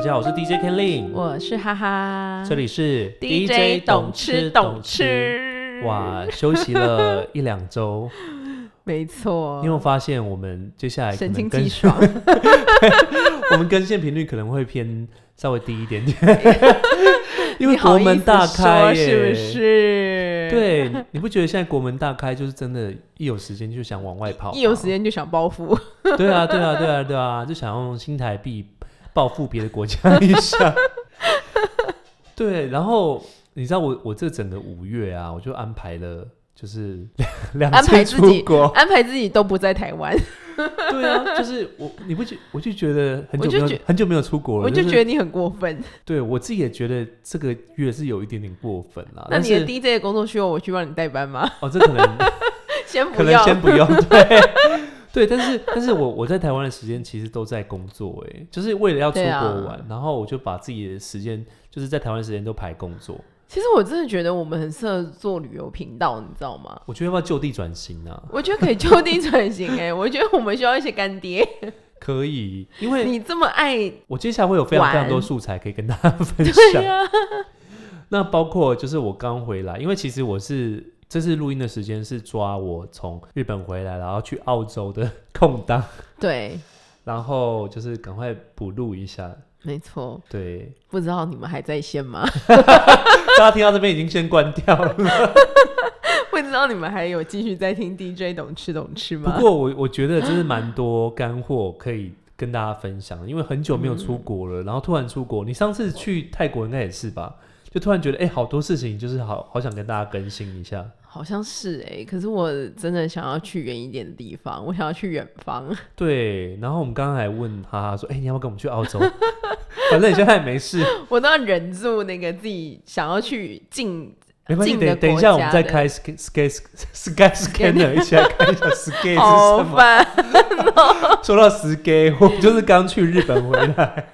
家好，我是 DJ Kenlin，我是哈哈，这里是 DJ 懂吃懂。吃。哇，，休息了一两 周，没错，你有没有发现我们接下来可神能清 更气爽，我们更新频率可能会偏稍微低一点 点，因为你好国意门思大开说是耶，不是？，对，你你不觉得现在国门大开，就是真的，一有时间就想往外跑，一有时，间就想报复， 对啊，对啊，对啊，对啊，就想用新台币报复别的国家一下。对，然后你知道我我这整个五月啊，我就安排了，就是两两 安排次自己，出国安排自己都不在台湾，对啊，就是我你不觉我就觉得很我久就没有觉很久没有出国了， 我就就是觉得你很过分。对我自己也觉得这个月是有一点点过分啦。那但你的是 DJ 的工作需要我去帮你代班吗？ 哦，这可能先可 不能要，先不用，对对，但是但是我我在台湾的时间其实都在工作，哎，就是为了要出对国啊玩，然后我就把自己的时间就是在台湾的时间都排工作。其实我真的觉得我们很适合做旅游频道，你知道吗？我觉得要不要就地转型啊？我觉得可以就地转型 哎、我觉得我们需要一些干爹。可以，因为你这么爱，我接下来会有非常非常多玩素材可以跟大家分享对。啊呀、那包括就是我刚回来，因为其实我是这次录音的时间是抓我从日本回来，然后去澳洲的空档， 对，然后就是赶快补录一下。没错。对，不知道你们还在线吗？ 大家听到这边已经先关掉了。不知道你们还有继续在听 DJ 懂吃懂吃不吗？过我我觉得真是蛮多干货可以跟大家分享，因为很久没有出国了，然后突然出国，你上次去泰国应该也是吧？就突然觉得，哎、好多事情就是好好想跟大家更新一下。好像是哎、可是我真的想要去远一点的地方，我想要去远方。 对，然后我们刚刚还问哈哈说，哎、你要不要跟我们去澳洲？反正你现在也没事，我都要忍住那个自己想要去近没关系。近的等等一国下，我们家再的开 sky sky sky scanner 一起来看一下 sky 是好什么。烦， 说到 sky，我就是刚去日本回来。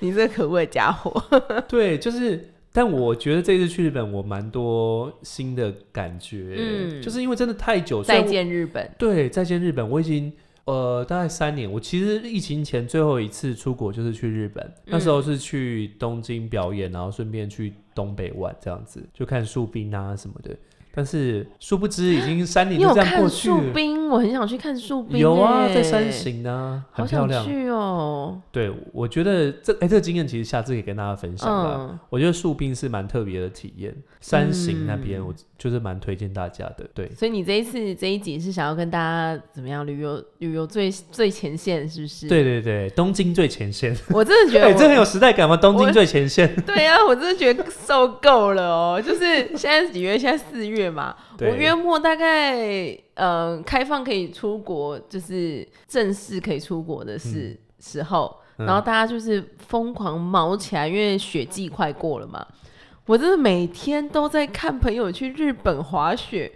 你这可恶的家伙！对，就是，但我觉得这次去日本，我蛮多新的感觉，欸嗯就是因为真的太久，虽再然我，见日本，对，再见日本，我已经呃大概三年，我其实疫情前最后一次出国就是去日本，那时候嗯是去东京表演，然后顺便去东北玩这样子，就看树冰啊什么的，但是殊不知已经三年你就有这样看过去树了。冰？我很想去看树冰、有啊，在欸山，形啊，很好漂想亮。去哦。对，我觉得这哎、这个经验其实下次可以跟大家分享啦。嗯，我觉得树冰是蛮特别的体验，山形那边嗯我就是蛮推荐大家的。对，所以你这一次这一集是想要跟大家怎么样旅游旅游最最前线是不是？对对对，东京最前 线，我真的觉得哎，我这很有时代感吗？东京我最前线，对啊，我真的觉得受够了哦。就是现在几月？现在四月嘛，五对月末大概嗯、呃开放可以出国，就是正式可以出国的是、时候，嗯然后大家就是疯狂毛起来，因为雪季快过了嘛。我真的每天都在看朋友去日本滑雪，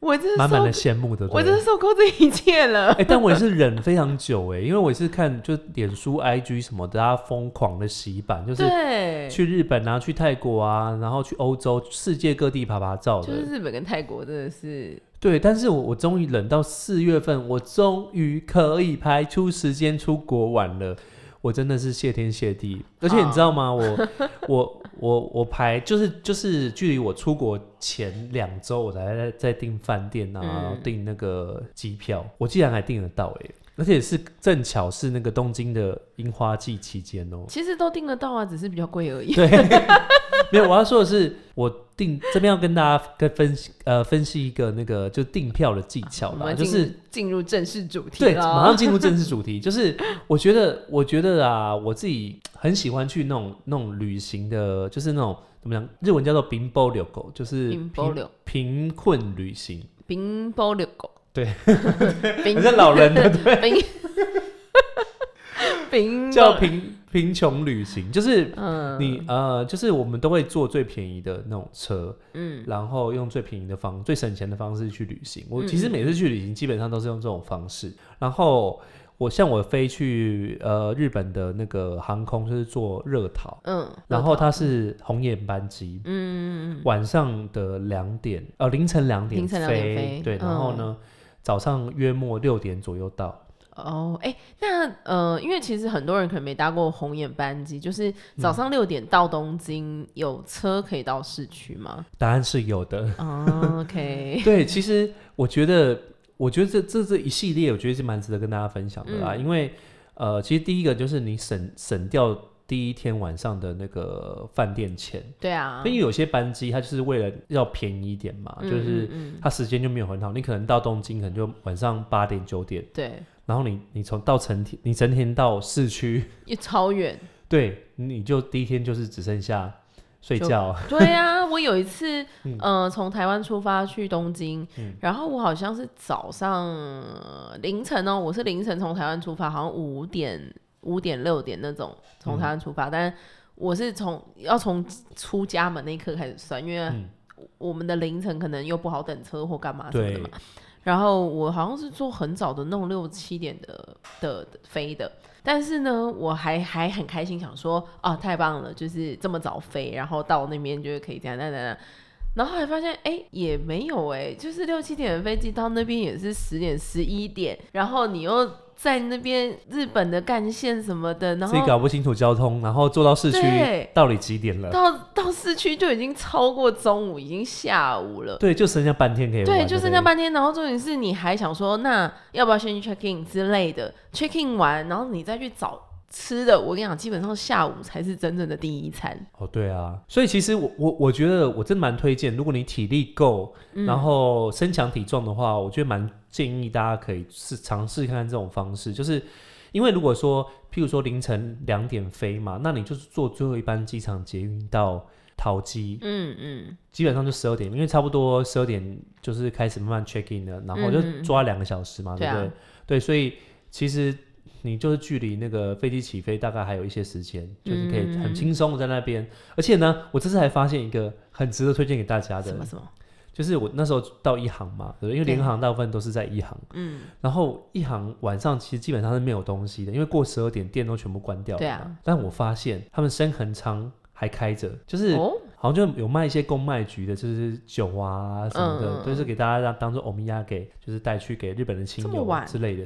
我真满的受满够，的羡慕的。我对真的受够这一切了。哎，但我也是忍非常久哎，因为我也是看就脸书、IG 什么的，大家疯狂的洗版，就是对，去日本啊、去泰国啊，然后去欧洲、世界各地爬爬照的。就是日本跟泰国真的是对，但是我我终于忍到四月份，我终于可以排出时间出国玩了。我真的是谢天谢地，而且你知道吗？我我我我排就是就是距离我出国前两周，我才在在订饭店啊，然后嗯订那个机票，我竟然还订得到哎、而且是正巧是那个东京的樱花季期间哦、其实都订得到啊，只是比较贵而已。对，没有，我要说的是，我订这边要跟大家跟分析呃分析一个那个就订票的技巧我啦，们就进是进入正式主题对，了马啊上进入正式主题，就是我觉得我觉得啊，我自己很喜欢去那种那种旅行的，就是那种怎么讲，日文叫做贫波流狗，就是冰包流贫困旅行，冰包流 狗，对，冰很像老人 的冰冰叫包贫贫穷旅行，就是。嗯你呃，就是我们都会坐最便宜的那种车，嗯然后用最便宜的方、最省钱的方式去旅行。我嗯其实每次去旅行，基本上都是用这种方式。然后我像我飞去呃日本的那个航空，就是坐热逃，嗯，然后它是红眼班机，嗯晚上的两点，呃凌晨两点凌晨两点飞嗯对，然后呢、早上约莫六点左右到。哦，哎、那呃，因为其实很多人可能没搭过红眼班机，就是早嗯上六点到东京，有车可以到市区吗、 答案是有的。啊？OK， 对，其实我觉得，我觉得这这这一系列，我觉得是蛮值得跟大家分享的嗯啦。因为呃，其实第一个就是你省省掉第一天晚上的那个饭店钱，对啊，因为有些班机它就是为了要便宜一点嘛，嗯啊就是嗯嗯它时间就没有很好，你可能到东京可能就晚上八点九点，对，然后你你从到成田，你成田到市区， 也超远。对，你就第一天就是只剩下睡觉，对啊，我有一次嗯，呃，从台湾出发去东京，嗯然后我好像是早上呃凌晨哦，我是凌晨从台湾出发，好像五点、五点、六点那种嗯从台湾出发，但我是从要从出家门那一刻开始算，因为嗯，我们的凌晨可能又不好等车或干嘛什么的对嘛。，然后我好像是坐很早的那种六七点的的的飞的，但是呢，我还还很开心，想说啊，太棒了，就是这么早飞，然后到那边就是可以这样那样那样。然后后来发现，哎，也没有哎，就是六七点的飞机到那边也是十点十一点，然后你又在那边日本的干线什么的，然自己后搞不清楚交通，然后坐到市区对到底几点了？到到市区就已经超过中午，已经下午了。对，就剩下半天可以玩，对，不就剩下半天，然后重点是你还想说，那要不要先去 check in 之类的？check in 完，然后你再去找吃的。我跟你讲，基本上下午才是真正的第一餐。哦，对啊，所以其实我我我觉得我真的蛮推荐，如果你体力够，嗯然后身强体壮的话，我觉得蛮建议大家可以试尝试看看这种方式，就是因为如果说，譬如说凌晨两点飞嘛，那你就是坐最后一班机场捷运到桃机，嗯嗯，基本上就十二点，因为差不多十二点就是开始慢慢 check in 了，然后就嗯嗯抓两个小时嘛，对对啊不对？对，所以其实你就是距离那个飞机起飞大概还有一些时间，就是可以很轻松的在那边。而且呢，我这次还发现一个很值得推荐给大家什的么，什么，就是我那时候到一航嘛，对不对因为对联航大部分都是在一航，嗯，然后一航晚上其实基本上是没有东西的，因为过十二点店都全部关掉了嘛。对啊但我发现他们深恒仓还开着，就是哦，好像就有卖一些公卖局的，就是酒啊什么嗯嗯的，嗯就是给大家当当做哦欧米亚给，就是带去给日本的亲这么友晚之类的。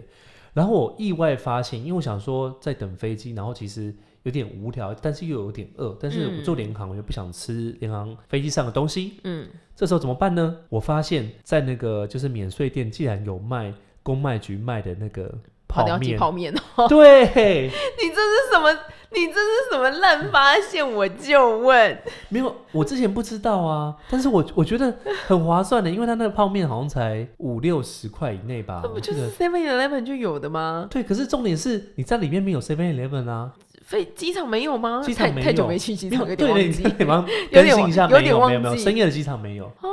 然后我意外发现，因为我想说在等飞机，然后其实有点无聊，但是又有点饿，但是嗯我坐联航，我又不想吃联航飞机上的东西，嗯，这时候怎么办呢？我发现，在那个就是免税店，竟然有卖公卖局卖的那个跑泡掉鸡面，泡面哦， 对，你这是什么？你这是什么烂发现？我就问，没有，我之前不知道啊，但是我我觉得很划算的，因为它那个泡面好像才五六十块以内吧，这不我就记是得。 Seven Eleven 就有的吗？对，可是重点是你在里面没有 Seven Eleven 啊，飞机场没有吗？机场太没太久有没去机没场，有有点对，忘你记在。你帮有更点新一下，有没点有忘没有没有，记深夜的机场没有。 哦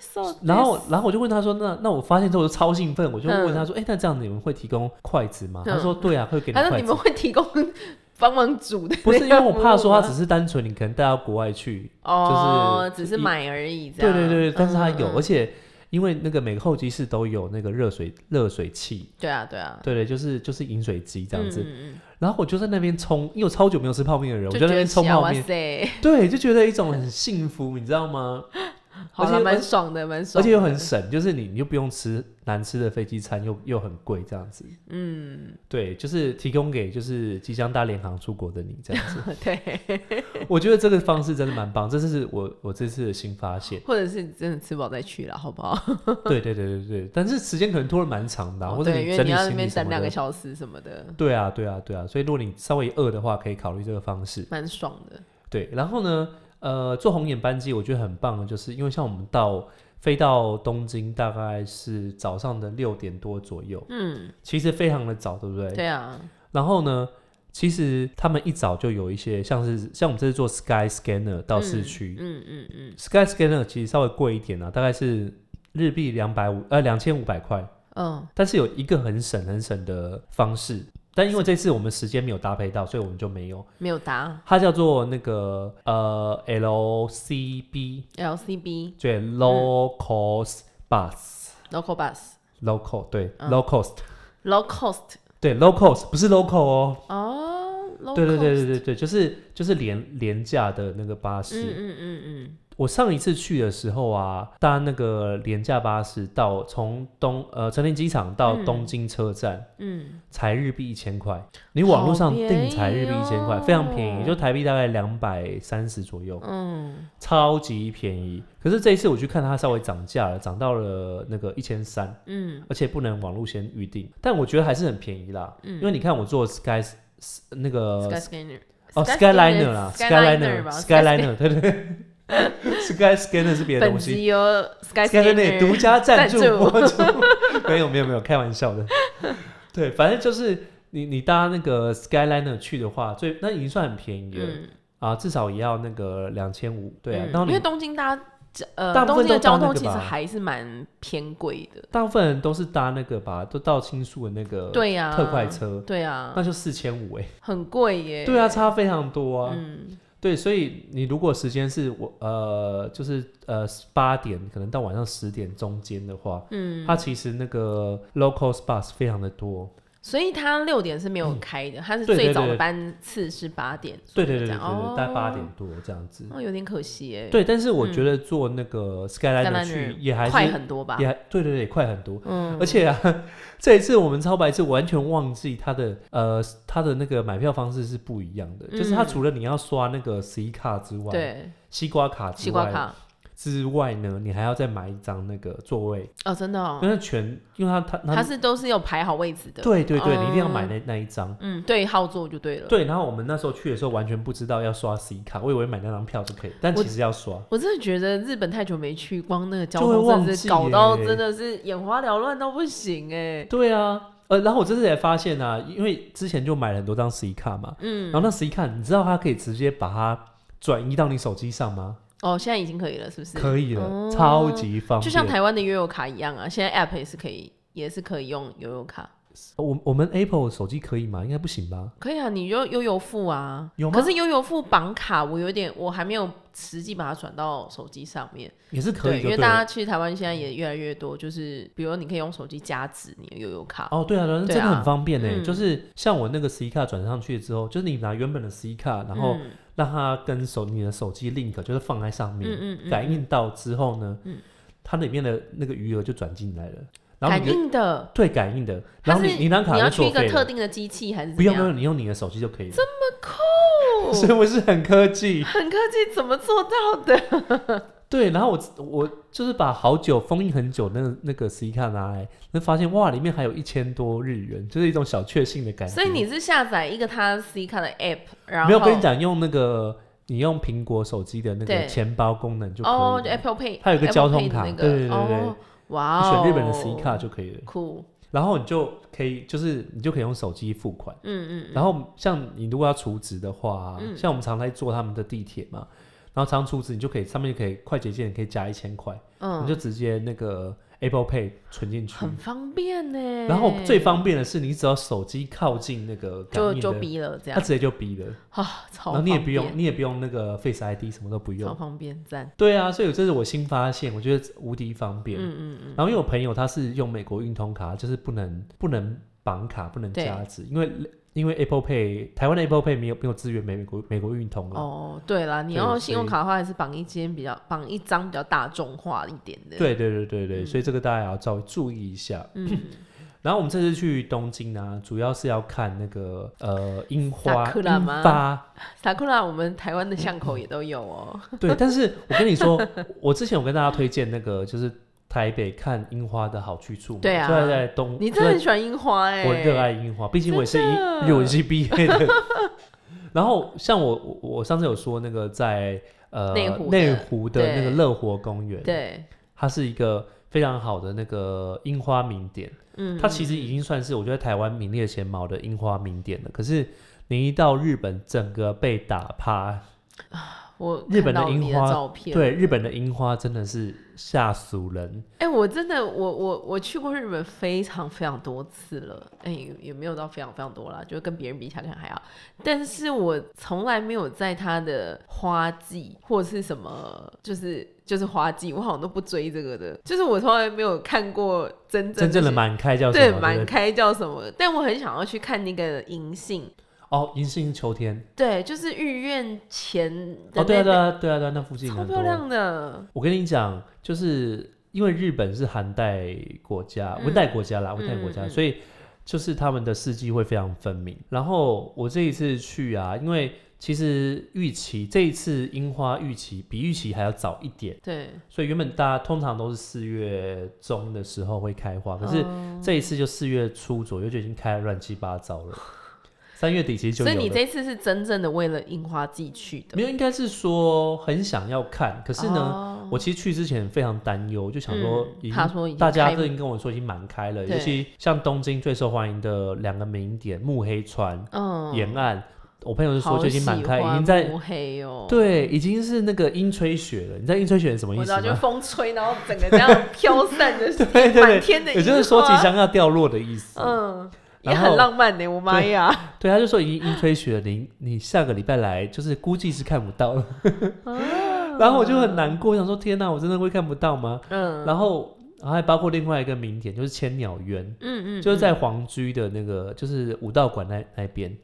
，so 然后然后我就问他说，那那我发现之后我就超兴奋，我就嗯问他说，哎、那这样你们会提供筷子吗？他说对啊，会给你还是筷你子们。会提供帮忙煮的那个服 不务吗？是因为我怕说他只是单纯你可能带到国外去，哦，就是只是一买而已，这对样。对对，但是他有，嗯而且因为那个每个候机室都有那个热水热水器，对啊对啊，对对，就是就是饮水机这样子。嗯，嗯然后我就在那边冲，因为我超久没有吃泡面的人，我嗯就就在那边冲泡觉面，得哇对，就觉得一种很幸福，你知道吗？塞，好而且了，而蛮爽的，蛮爽的，而且又很省，就是你你又不用吃难吃的飞机餐，又又很贵这样子。嗯， 对，就是提供给就是即将搭联航出国的你这 样子。对，我觉得这个方式真的蛮棒，这是我我这次的新发现。或者是你真的吃饱再去了，好 不好？对对对对对，但是时间可能拖了蛮长的啊、或者哦对，你因为整你理要在那行李边什等么两个的。小时什么的，对啊，对啊，对啊，所以如果你稍微饿的话，可以考虑这个方式。蛮爽的。对，然后呢，呃，坐红眼班机我觉得很棒的，就是因为像我们到飞到东京大概是早上的六点多左右，嗯，其实非常的早，对不对？对啊，然后呢，其实他们一早就有一些像是像我们这次坐 Sky Scanner 到市区、嗯嗯嗯 s k y Scanner 其实稍微贵一点啊，大概是日币两百五呃两千五百块。嗯，但是有一个很省很省的方式，但因为这次我们时间没有搭配到，所以我们就没有。没有答它叫做那个呃 LCB， LCB 就是 low cost bus、 local bus low cost 对、嗯 low cost low cost 对 low cost 不是 local 哦，哦，low 对对对 cost 对对对，就是就是廉廉价的那个巴士。嗯嗯嗯嗯，我上一次去的时候啊，搭那个廉价巴士到从东呃成田机场到嗯东京车站，嗯，才日币一千块，你网络上订才日币一好千便宜块，哦非常便宜，就台币大概两百三十左右，嗯，超级便宜。可是这一次我去看它稍微涨价了，涨到了那个一千三，嗯，而且不能网络先预定，但我觉得还是很便宜啦。嗯因为你看我坐 Sky 那个 Skyscanner 哦 Skyliner Skyscanner 啦 Skyliner 吧 Skyliner，Skyliner 对对 对，Sky Scanner 是别的本东西集由 Skyliner 独家赞助赞助播出， 没有没有没有，开玩笑的。 对，反正就是你你搭那个 Skyliner 去的话，最那已经算很便宜了、嗯，啊，至少也要那个两千五，对啊。嗯然后因你为东京大家呃，大部东分京的都搭交那个通其实吧还是蛮偏贵的，大部分人都是搭那个吧，都到青树的那个对呀，特快，车，对啊那，就四千五哎，很贵耶，对啊，，差非常多啊。嗯对，所以你如果时间是我呃，就是呃八点可能到晚上十点中间的话，嗯，它其实那个 local bus 非常的多。所以它六点是没有开的，它是对对最早对的对班次是八点左对右对这对对样，对对，大概八点哦，多这样子。哦，有点可惜耶，对，但是我觉得坐那个 Skyliner 去 Skyliner 也还快是很多吧也，还对对对快很多。嗯，而且啊，这一次我们超白痴完全忘记它的呃它的那个买票方式是不一样的，就是它嗯除了你要刷那个 C 卡之外，对西瓜卡之西瓜外卡之外呢，你还要再买一张那个座位，哦，真的哦因，为全因为它它它它是都是有排好位置的，对对对，你一定要嗯买那那一张。嗯，对号座就对了。对，然后我们那时候去的时候完全不知道要刷 C 卡，我以为买那张票就可以，但我其实要刷。我真的觉得日本太久没去，光那个交就会通忘真的是记搞到耶真的是眼花缭乱到不行哎。对啊，呃，然后我这次才发现啊，因为之前就买了很多张 C 卡嘛，嗯然，后那 C 卡你知道它可以直接把它转移到你手机上吗？哦，现在已经可以了，是不是？可以了，啊哦超级方便。就像台湾的悠游卡一样啊，现在 App 也是可以，也是可以用悠游卡。我我们 Apple 手机可以吗？应该不行吧？可以啊，你就悠游付啊。有吗可是悠游付绑卡，我有点，我还没有实际把它转到手机上面。也是可以因就为对大了。家其实台湾现在也越来越多，就是比如你可以用手机加值你的悠游卡。哦，对啊，那真对的啊很方便呢、欸嗯就是像我那个 C 卡转上去之后，就是你拿原本的 C 卡，然后嗯让它跟手你的手机 link 就是放在上面，嗯嗯嗯感应到之后呢，嗯它里面的那个余额就转进来了，然后感你就应的。对感应的，它然后你是你那张卡你要就去一作个废特了，定的机器还是不怎么用样？不用，你用你的手机就可以了，酷所以我是很科技。很科技怎么做到的？对，然后我我就是把好久封印很久那个那个 C 卡拿来，那发现哇，里面还有一千多日元，就是一种小确幸的感觉。所以你是下载一个它 C 卡的 app，然哎后没有跟你讲用那个你用苹果手机的那个对钱包功能就可以了哦，就 Apple Pay，它有一个 Apple 交通 Pay 的卡那个对对对对哦哇你哦，选日本的 C 卡，就可以了。酷，然后你就可以，就是你就可以用手机付款。嗯嗯嗯，然后像你如果要储值的话，啊嗯像我们常在坐他们的地铁嘛，然后常储值，你就可以上面就可以快捷键可以加一千块，你就嗯，直接那个 Apple Pay 存进去。很方便呢。然后最方便的是，你只要手机靠近那个感就应就的逼了这它样直接就逼了，啊，超然后方你也便，不用，你也不用那个 Face ID，什么都不用超。方便，赞，对啊，所以这是我新发现，我觉得无敌方便。嗯嗯然后因为我朋友他是用美国运通卡，就是不能不能绑卡，不能加值，因为因为 Apple Pay 台湾的 Apple Pay 没有没有支援美国美国运通啊嗯，了。哦，对啦，你对要所以信用卡的话，还是绑一间比较绑一张比较大众化一点的，，对对对对对，嗯所以这个大家也要稍微注意一下。嗯，然后我们这次去东京呢、主要是要看那个呃樱花樱 Sakura 吗花，萨库拉我们台湾的巷口也都有哦，对。但是我跟你说， 我之前有跟大家推荐那个就是台北看樱花的好去处嘛，对啊就在在东，你就真的在很喜欢樱花哎、嗯我热爱樱花，毕竟我也是真一的日文系毕业 的。然后像我，我我上次有说那个在呃内湖的内湖的那个对乐活公园，对，它是一个非常好的那个樱花名点。嗯，它其实已经算是我觉得台湾名列前茅的樱花名点了。可是你一到日本，整个被打趴。我日本的看到樱你花照片，对，日本的樱花真的是吓死人。哎、我真的，我我我去过日本非常非常多次了，哎、也也没有到非常非常多啦，就跟别人比起来可能还好，但是我从来没有在它的花季或是什么，就是就是花季，我好像都不追这个的，就是我从来没有看过真正真正的是满开叫什么？对对不满对开叫什么，但我很想要去看那个银杏，哦，银杏秋天，对，就是御苑前的哦，对啊，对啊，那对啊，对啊，那附边近超很多漂。亮的，我跟你讲，就是因为日本是寒带国家，嗯温带国家啦，嗯温带国家，嗯嗯所以就是他们的四季会非常分明。然后我这一次去啊，因为其实预期这一次樱花预期比预期还要早一点，对。所以原本大家通常都是四月中的时候会开花，可是哦这一次就四月初左右就已经开得乱七八糟了，三月底其实就所有了。以你这次是真正的为了樱花季去的没，有，应该是说很想要看，可可是呢，哦我其实去之前非常担忧，就想说已经、嗯怕说已经大家开都已经跟我说已经蛮开了，对尤其像东京最受欢迎的两个名点目黑川、嗯沿岸，我朋友就说好就已经蛮喜开，已欢经在摸黑哦，，对，已经是那个阴吹雪了。你知道阴吹雪是什么意我知思道，就吗？风吹，然后整个这样飘散的， 对对满对，天的 也樱就是说即花，将要掉落的意思。嗯，也然后很浪漫呢，我妈呀，对，他就说已经阴吹雪了，你你下个礼拜来就是估计是看不到了。啊 然后我就很难过，想说天哪，我真的会看不到吗？嗯然后然后还包括另外一个名点就是千鸟园。嗯嗯，就是嗯在皇居的那个，就是武道馆那那边，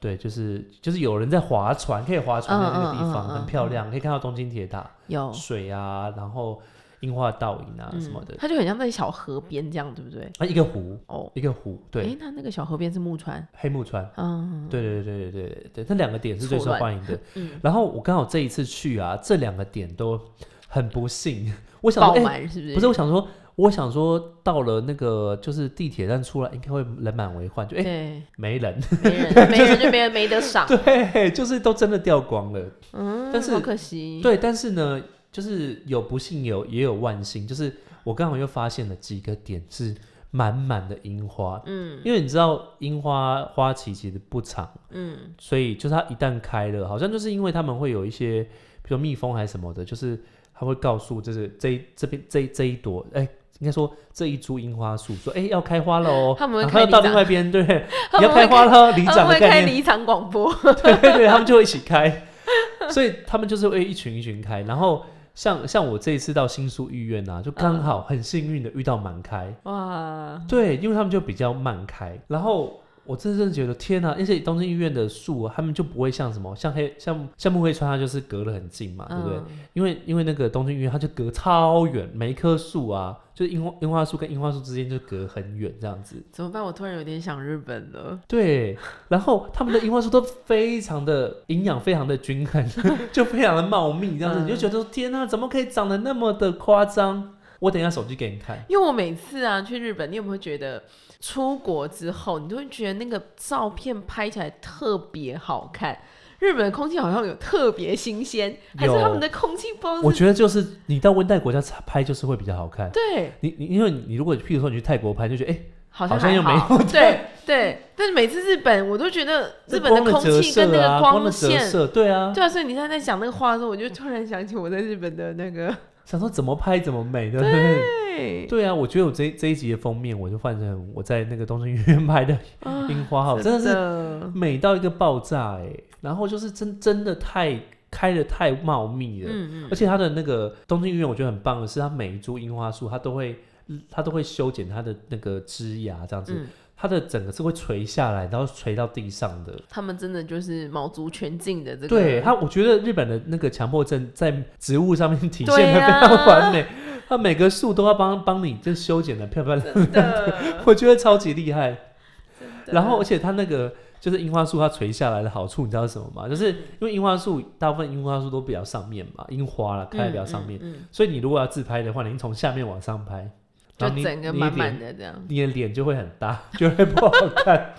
对，就是就是有人在划船，可以划船的那个地方，嗯嗯嗯嗯很漂亮，可以看到东京铁塔、有水啊，然后樱花倒影啊嗯什么的，它就很像在小河边这样，对不对？啊，一个湖，哦，一个湖，诶，对，它那个小河边是木川，黑木川，嗯，对对对对对对对，这两个点是最错受乱欢迎的。嗯，然后我刚好这一次去啊，这两个点都很不幸，我想爆说，哎、满是不是？不是，我想说。我想说，到了那个就是地铁站出来，应该会人满为患，就哎、对，没人，没人，没人就没人没得赏，对，就是都真的掉光了。嗯，但是好可惜，对，但是呢，就是有不幸有也有万幸，就是我刚好又发现了几个点是满满的樱花，嗯因为你知道樱花花期其实不长，嗯，所以就是它一旦开了，好像就是因为他们会有一些，比如蜜蜂还是什么的，就是它会告诉就是这一这边这一这一朵，哎、应该说这一株樱花树说，哎、要开花了哦， 他们会然开后要里到长另外一边，对， 他你要们会开花了哦，里 他长的们会概开念，离场广播， 对对对，他们就会一起开， 所以他们就是会一群一群开。然后像像我这一次到新宿御苑啊，就刚好很幸运的遇到满开，嗯哇，对，因为他们就比较慢开。然后我真正觉得天啊哪、而且东京御苑的树、啊，他们就不会像什么像黑像像木会川，它就是隔得很近嘛，对不对？嗯因为因为那个东京御苑，它就隔超远，每一棵树啊，就是樱花樱花树跟樱花树之间就隔很远这样子。怎么办？我突然有点想日本了。对，然后他们的樱花树都非常的营养，非常的均衡， 就非常的茂密，这样子、嗯你就觉得说天啊，怎么可以长得那么的夸张？我等一下手机给你看。因为我每次啊去日本，你有没有觉得出国之后，你就会觉得那个照片拍起来特别好看？日本的空气好像有特别新鲜，还是有他们的空气不知道我是？觉得就是你到温带国家拍就是会比较好看。对，你你因为你如果譬如说你去泰国拍，就觉得哎、好好像像还又没好有对对，但是每次日本，我都觉得日这本光的空折气跟射那啊，个光的折线，射，对啊，对啊，所以你现在在讲那个话的时候，我就突然想起我在日本的 那个，想说怎么拍怎么美，对不对？对，对啊，我觉得我这这一集的封面，我就换成我在那个东京医院拍的樱花号，哦真的是啊是美到一个爆炸哎、然后就是真真的太开的太茂密了，嗯嗯，而且它的那个东京医院我觉得很棒的是，它每一株樱花树它都会它都会修剪它的那个枝芽这样子，嗯它的整个是会垂下来，然后垂到地上的。他们真的就是卯足全劲的这个，对它，我觉得日本的那个强迫症在植物上面体现的对非啊常完美，它每个树都要帮帮你就修剪的漂漂亮亮，真的。我觉得超级厉害。真的然后，而且它那个就是樱花树，它垂下来的好处，你知道是什么嗯吗？就是因为樱花树大部分樱花树都比较上面嘛，樱花啦开的比较上面，嗯嗯嗯所以你如果要自拍的话，你从下面往上拍，然后就你整个你满的满脸的这样。你的脸就会很大，就会不好 看。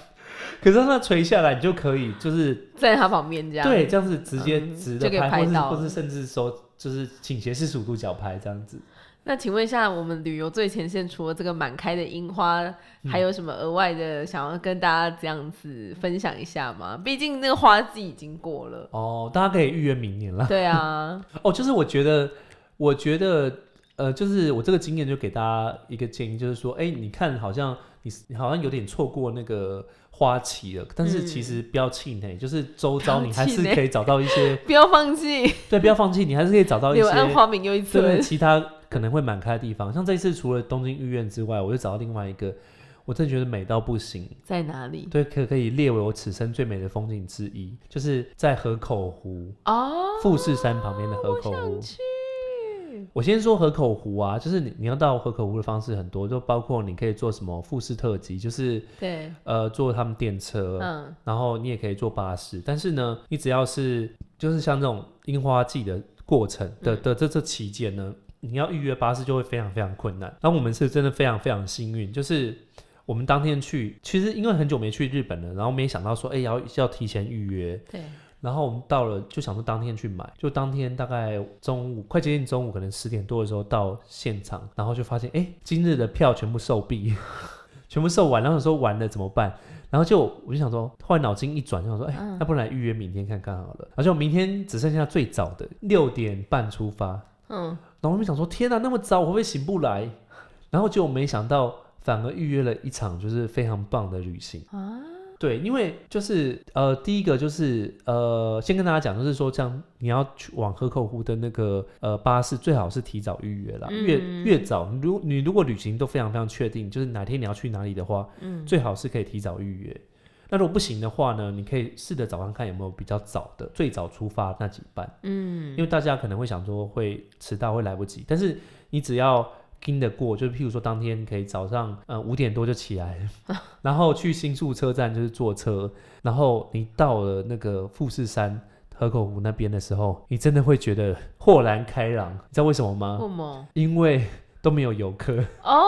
可是它那垂下来，你就可以就是在他旁边这样。对这样子直接嗯直就的可以拍，拍或是到或是甚至说就是倾斜四十五度角拍这样子。那请问一下，我们旅游最前线除了这个满开的樱花，嗯还有什么额外的想要跟大家这样子分享一下吗？毕竟那个花季已经 过了。哦，大家可以预约明年啦。对啊，哦，就是我觉得，我觉得，呃，就是我这个经验就给大家一个建议，就是说，哎、你看好像你你好像有点错过那个花期了，但是其嗯实不要气馁，就是周不遭要你还气是馁可以找到一些， 不要放弃，对，不要放弃，你还是可以找到一柳暗些，花明又一对对，村。其他可能会满开的地方。像这一次除了东京御苑之外，我就找到另外一个。我真的觉得美到不行。在哪里？对，可可以列为我此生最美的风景之一，就是在河口湖哦，富士山旁边的河口湖想。去。我先说河口湖啊，就是你你要到河口湖的方式很多，就包括你可以做什么富士特辑，就是对，呃坐他们电车，嗯，然后你也可以坐巴士，但是呢，你只要是就是像这种樱花季的过程的的这这期间呢，你要预约巴士就会非常非常困难。然后我们是真的非常非常幸运，就是我们当天去，其实因为很久没去日本了，然后没想到说，哎、要要提前预约。对，然后我们到了就想说当天去买，就当天大概中午快接近中午，可能十点多的时候到现场，然后就发现哎，诶今日的票全部售毕， 全部售完，然后想说完了怎么办？然后就我就想说，后来脑筋一转，就想说，哎、嗯那不然来预约明天看看好了。然后就明天只剩下最早的六点半出发，嗯，然后我们想说，天哪、那么早我会不会醒不来？然后结果没想到，反而预约了一场就是非常棒的旅行啊。对，因为就是呃，第一个就是呃，先跟大家讲，就是说这样你要去往河口湖的那个呃巴士，最好是提早预约啦，越嗯越早，你如你如果旅行都非常非常确定，就是哪天你要去哪里的话，嗯最好是可以提早预约。那如果不行的话呢，你可以试着找看看有没有比较早的，最早出发那几班。嗯，因为大家可能会想说会迟到会来不及，但是你只要盯得过，就是譬如说当天可以早上呃五点多就起来， 然后去新宿车站就是坐车，然后你到了那个富士山河口湖那边的时候，你真的会觉得豁然开朗，你知道为什么吗？不猛因为都没有游客，哦，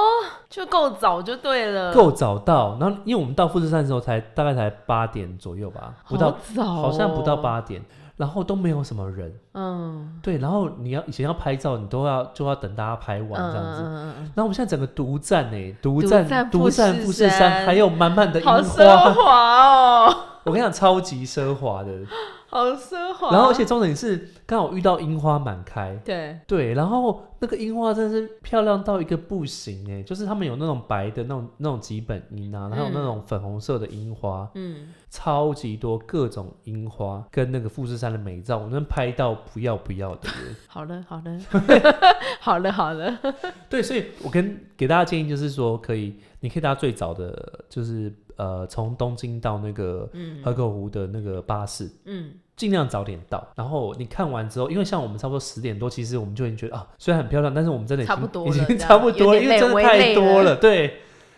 就够早就对了，够早到。然后，因为我们到富士山的时候才大概才八点左右吧，不到，好早、哦，好像不到，八点，然后都没有什么人。嗯，对，然后你要以前要拍照，你都要就要等大家拍完这样子。嗯嗯嗯然后我们现在整个独占呢，独独占占独富占士富士山，山还有满满的嗯樱好奢花，华哦， 我跟你讲超级奢华的。好奢华，然后而且重点是刚好遇到樱花满开，对，对，然后那个樱花真的是漂亮到一个不行哎，就是他们有那种白的那种那种几本樱啊，然后有那嗯种粉红色的樱花，嗯，超级多各种樱花跟那个富士山的美照，我能拍到不要不要的耶。好了好 了，好了好了，对，所以我跟给大家建议就是说，可以，你可以搭最早的，就是呃，从东京到那个嗯河口湖的那个巴士，嗯，尽量早点到。然后你看完之后，因为像我们差不多十点多，其实我们就已经觉得啊，虽然很漂亮，但是我们真的已经差不多已经了这 样差不多了，有因为点真的累太微累多了了，对，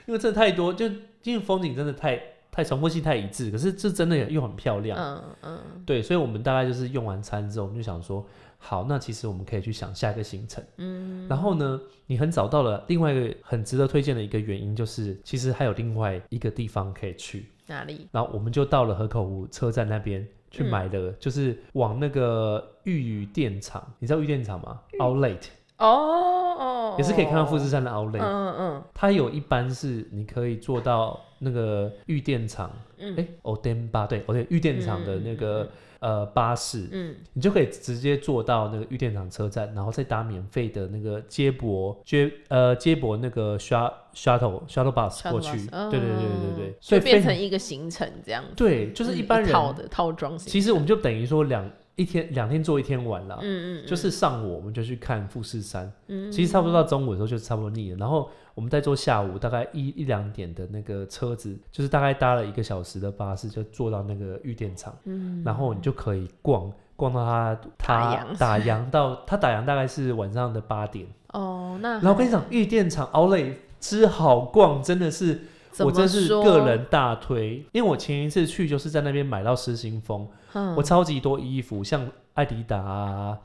因为真的太多，就因为风景真的太太重复性太一致，可是这真的也又很漂亮，嗯嗯对，所以我们大概就是用完餐之后，我们就想说，好，那其实我们可以去想下一个行程。嗯，然后呢，你很早到了。另外一个很值得推荐的一个原因就是，其实还有另外一个地方可以去。哪里？然后我们就到了河口湖车站那边嗯去买的，就是往那个玉宇电厂，你知道玉电厂吗？Outlet 哦哦，也是可以看到富士山的嗯 Outlet，、嗯它有一班是你可以坐到那个玉电厂，嗯哎、o d e n 巴对，哦对，玉电厂的那个、呃巴士，嗯你就可以直接坐到那个玉电厂车站，然后再搭免费的那个接驳接呃接驳那个 shut- shuttle shuttle bus 嗯，过去。嗯对对对对对嗯对，所就以变非成常一个行程这样子，对，就是嗯一般人套的套装行程，其实我们就等于说两一天两天做一天玩啦。嗯嗯，就是上午我们就去看富士山，嗯其实差不多到中午的时候就差不多腻了。然后我们再坐下午大概一一两点的那个车子，就是大概搭了一个小时的巴士，就坐到那个玉电厂。嗯然后你就可以逛逛到它打它烊打烊到它打烊大概是晚上的八 点。哦，那然后我跟你讲，玉电厂 Outlet 之好逛，真的是怎我么真是说个人大推，因为我前一次去就是在那边买到失心疯，嗯我超级多衣服，像艾迪达啊，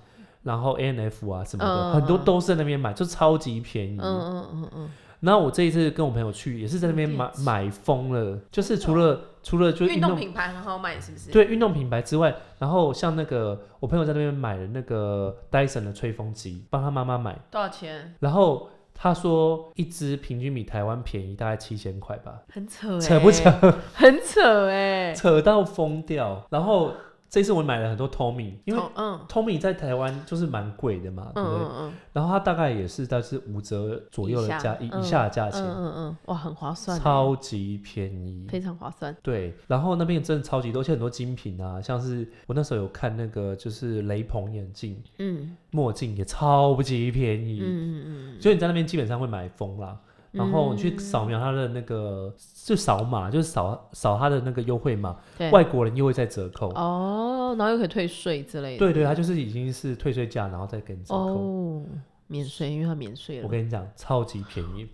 然后 N F 啊什么的，嗯很多都是在那边买，就超级便宜。嗯嗯嗯嗯然后我这一次跟我朋友去，也是在那边买玉电厂买疯了，就是除了除了就嗯，是运动品牌很好买，是不是？对运动品牌之外，然后像那个我朋友在那边买了那个 Dyson 的吹风机，帮他妈妈买，多少钱？然后他说一支平均比台湾便宜大概七千块吧，很扯哎，扯不扯？ 很扯哎。扯到疯掉。然后这次我买了很多 Tommy，因为哦嗯 Tommy 在台湾就是蛮贵的嘛，对嗯不对？嗯然后它大概也是大概是五折左右的以下价一嗯以下的价嗯嗯钱，嗯嗯，哇，很划算欸，超级便宜，非常划算。对，然后那边真的超级多，而且很多精品啊，像是我那时候有看那个就是雷朋眼镜、嗯墨镜也超级便宜，嗯嗯嗯所以你在那边基本上会买疯啦。嗯，然后你去扫描它的那个，就扫码，就是扫扫它的那个优惠码，对外国人又会在折扣。哦，然后又可以退税之类的。对对，它就是已经是退税价，然后再给你折扣。哦，免税，因为它免税我了。跟你讲，超级便宜。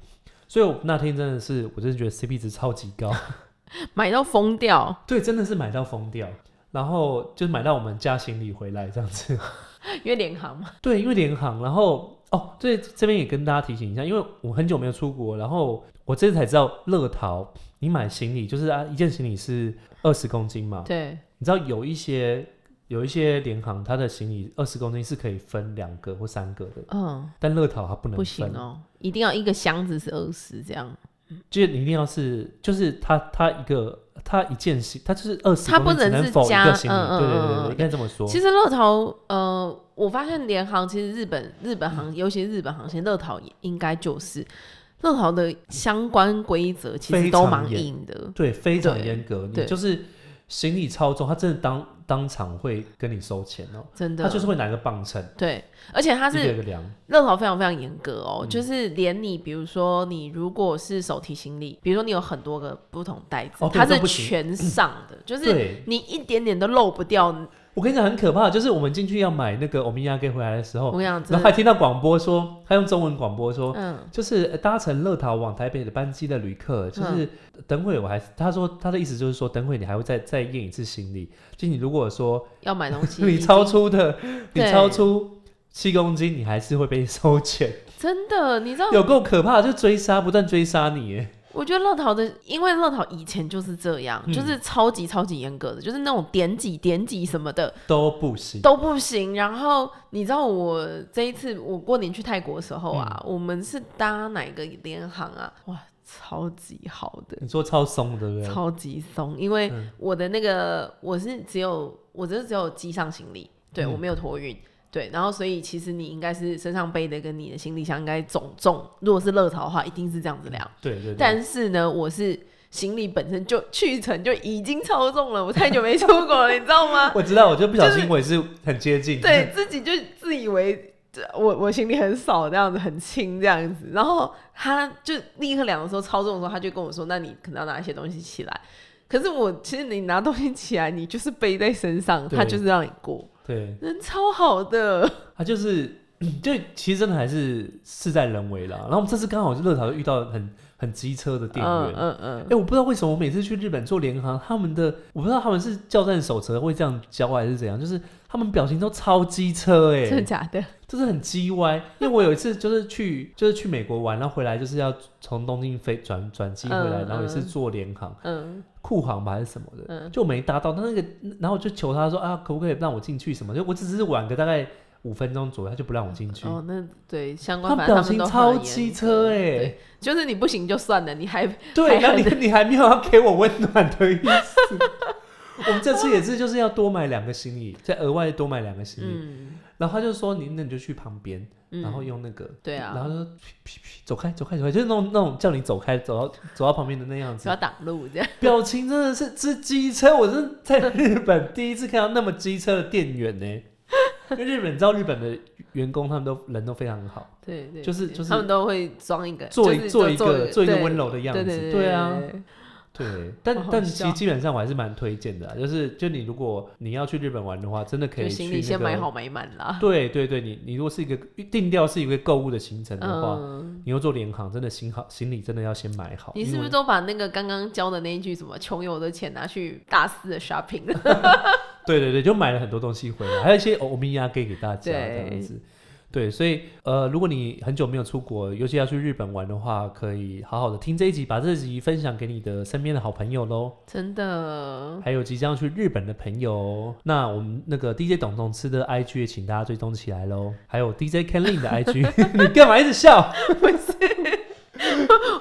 所以我那天真的是，我真的觉得 CP 值超级高，买到疯掉，对，真的是买到疯掉。然后就买到我们家行李回来这样子。因为联行嘛。对，因为联航，然后哦，对，这边也跟大家提醒一下，因为我很久没有出国，然后我这次才知道乐淘，你买行李就是啊，一件行李是二十公斤嘛，对，你知道有一些有一些联航它的行李二十公斤是可以分两个或三个的，嗯，但乐淘它不能分，不行哦，一定要一个箱子是二十这样，就是你一定要是就是它它一个。它一件行，它就是二十，它不能能是否一加个行李，嗯嗯对对嗯对嗯对，应该这么说。其实乐淘，呃，我发现联航其实日本日本嗯航，尤其是日本航线，乐淘也应该就是乐淘的相关规则其实非都常蛮严硬的。对，非常对严格，你对就是行李超重，他真的当当场会跟你收钱哦、真的，他就是会拿一个磅秤，对，而且它一个是一个量，乐淘非常非常严格哦，嗯就是连你，比如说你如果是手提行李，比如说你有很多个不同袋子，哦对它都是不行全上的，就是对，你一点点都漏不掉。我跟你讲很可怕，就是我们进去要买那个欧米亚给回来的时我候，跟你讲，然真后还的，听到广播说，他用中文广播说。嗯，就是呃搭乘乐桃往台北的班机的旅客，嗯就是等会我还他说他的意思就是说，等会你还会再再验一次行李。就你如果说要买东西， 你超出的，你对超出七公斤，你还是会被收钱。真的，你知道， 有够可怕，就追杀，不断追杀你耶。 我觉得乐淘的，因为乐淘以前就是这样，嗯就是超级超级严格的，就是那种点几点几什么的都不行。都不行。然后你知道我这一次我过年去泰国的时候啊，嗯我们是搭哪个联航啊？哇，超级好的。你说超松的，对不对？超级松，因为嗯我的那个我是只有我这只有机上行李，对、嗯我没有托运，对，然后所以其实你应该是身上背的跟你的行李箱应该总重，如果是乐淘的话，一定是这样子量。对对对。但是呢，我是行李本身就去程就已经超重了，我太久没出国了，你知道吗？我知道，我就不小就是心，我也是很接 近。对，自己就自以为这我我行李很少，这样子很轻这样子。然后他就立刻量的时候超重的时候，他就跟我说：“那你可能要拿一些东西起来。”可是我其实你拿东西起来，你就是背在身上，对他就是让你过，对，人超好的。他就是， 就其实真的还是事在人为啦。然后我们这次刚好就乐淘就遇到很很机车的店嗯员。嗯嗯哎、，我不知道为什么我每次去日本做联航，他们的我不知道他们是教战手册会这样教还是怎样，就是他们表情都超机车哎、真的假的？就是很叽歪。因为我有一次就是去就是去美国玩，然后回来就是要从东京飞转转机回来，嗯然后也是嗯坐联航，嗯库航吧还是什么的，嗯就没搭到。他那个，然后我就求他说啊，可不可以让我进去什么？就我只是晚个大概五分钟左右，他就不让我进去。哦，那对相关他反正表他情们都超很机严格车哎、对就是你不行就算了，你还对， 还然后很你你还没有要给我温暖的意 思。我们这次也是，就是要多买两个行李，再额外多买两个行李。嗯然后他就说你那你就去旁边，嗯，然后用那个，对啊然后就说屁屁屁走开走开走开，就是那种那种叫你走开，走到 走到旁边的那样只子要。挡路这样。表情真的是之机车，我真的在日本第一次看到那么机车的店员 呢、因为日本，你知道日本的员工他们都人都非常好，对对，就是对就是他们都会装一个，做就一是做一做个做一个对温柔的样对子，对啊，对对。但好好但其笑实基本上我还是蛮推荐的啊、就是就你如果你要去日本玩的话，真的可以去就行那李个先买好。买满啦。对对对，你你如果是一个定调是一个购物的行程的话，嗯，你又做联航，真的行好行李真的要先买好。你是因不为是都把那个刚刚教的那一句什么“穷游的钱拿去大肆的 shopping” 了？对对对，就买了很多东西回来，还有一些哦欧米亚给给大家对这样子。对，所以呃，如果你很久没有出国，尤其要去日本玩的话，可以好好的听这一集，把这集分享给你的身边的好朋友喽，真的，还有即将去日本的朋友哦。那我们那个 DJ 董董吃的 IG 也请大家追踪起来喽，还有 DJ Kenlin 的 IG，你干嘛一直笑？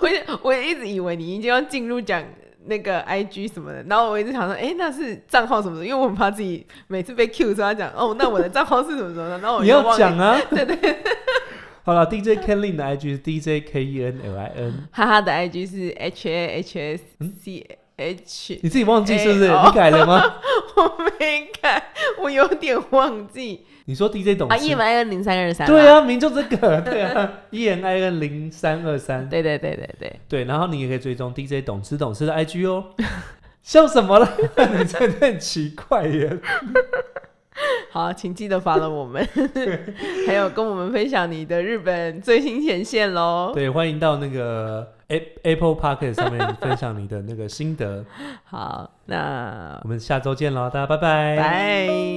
我也我也一直以为你已经要进入讲那个 IG 什么的，然后我一直想说，哎、那是账号什么的，因为我很怕自己每次被 Q 说他讲，哦，那我的账号是什么什么的，然后哦我你就要忘记讲 啊？对对。好了，DJ Kenlin 的 IG 是 DJ K E N L I N。哈哈的 IG 是 H A H S C A H 你自己忘记是不是？哎哦你改了吗？我没看，我有点忘记你说 DJ 董 啊事，E M I N 零三二三。对，啊，名就这个，对 啊，E N I N 零三二三，对对对对对，对，然后你也可以追踪 DJ 董事董事的 IG 哦。 笑什么了？你真的很奇怪耶。好，请记得发了我们， 还有跟我们分享你的日本最新前线喽。对，欢迎到那个 A- Apple Podcast 上面分享你的那个心得。好，那我们下周见喽，大家拜拜。拜。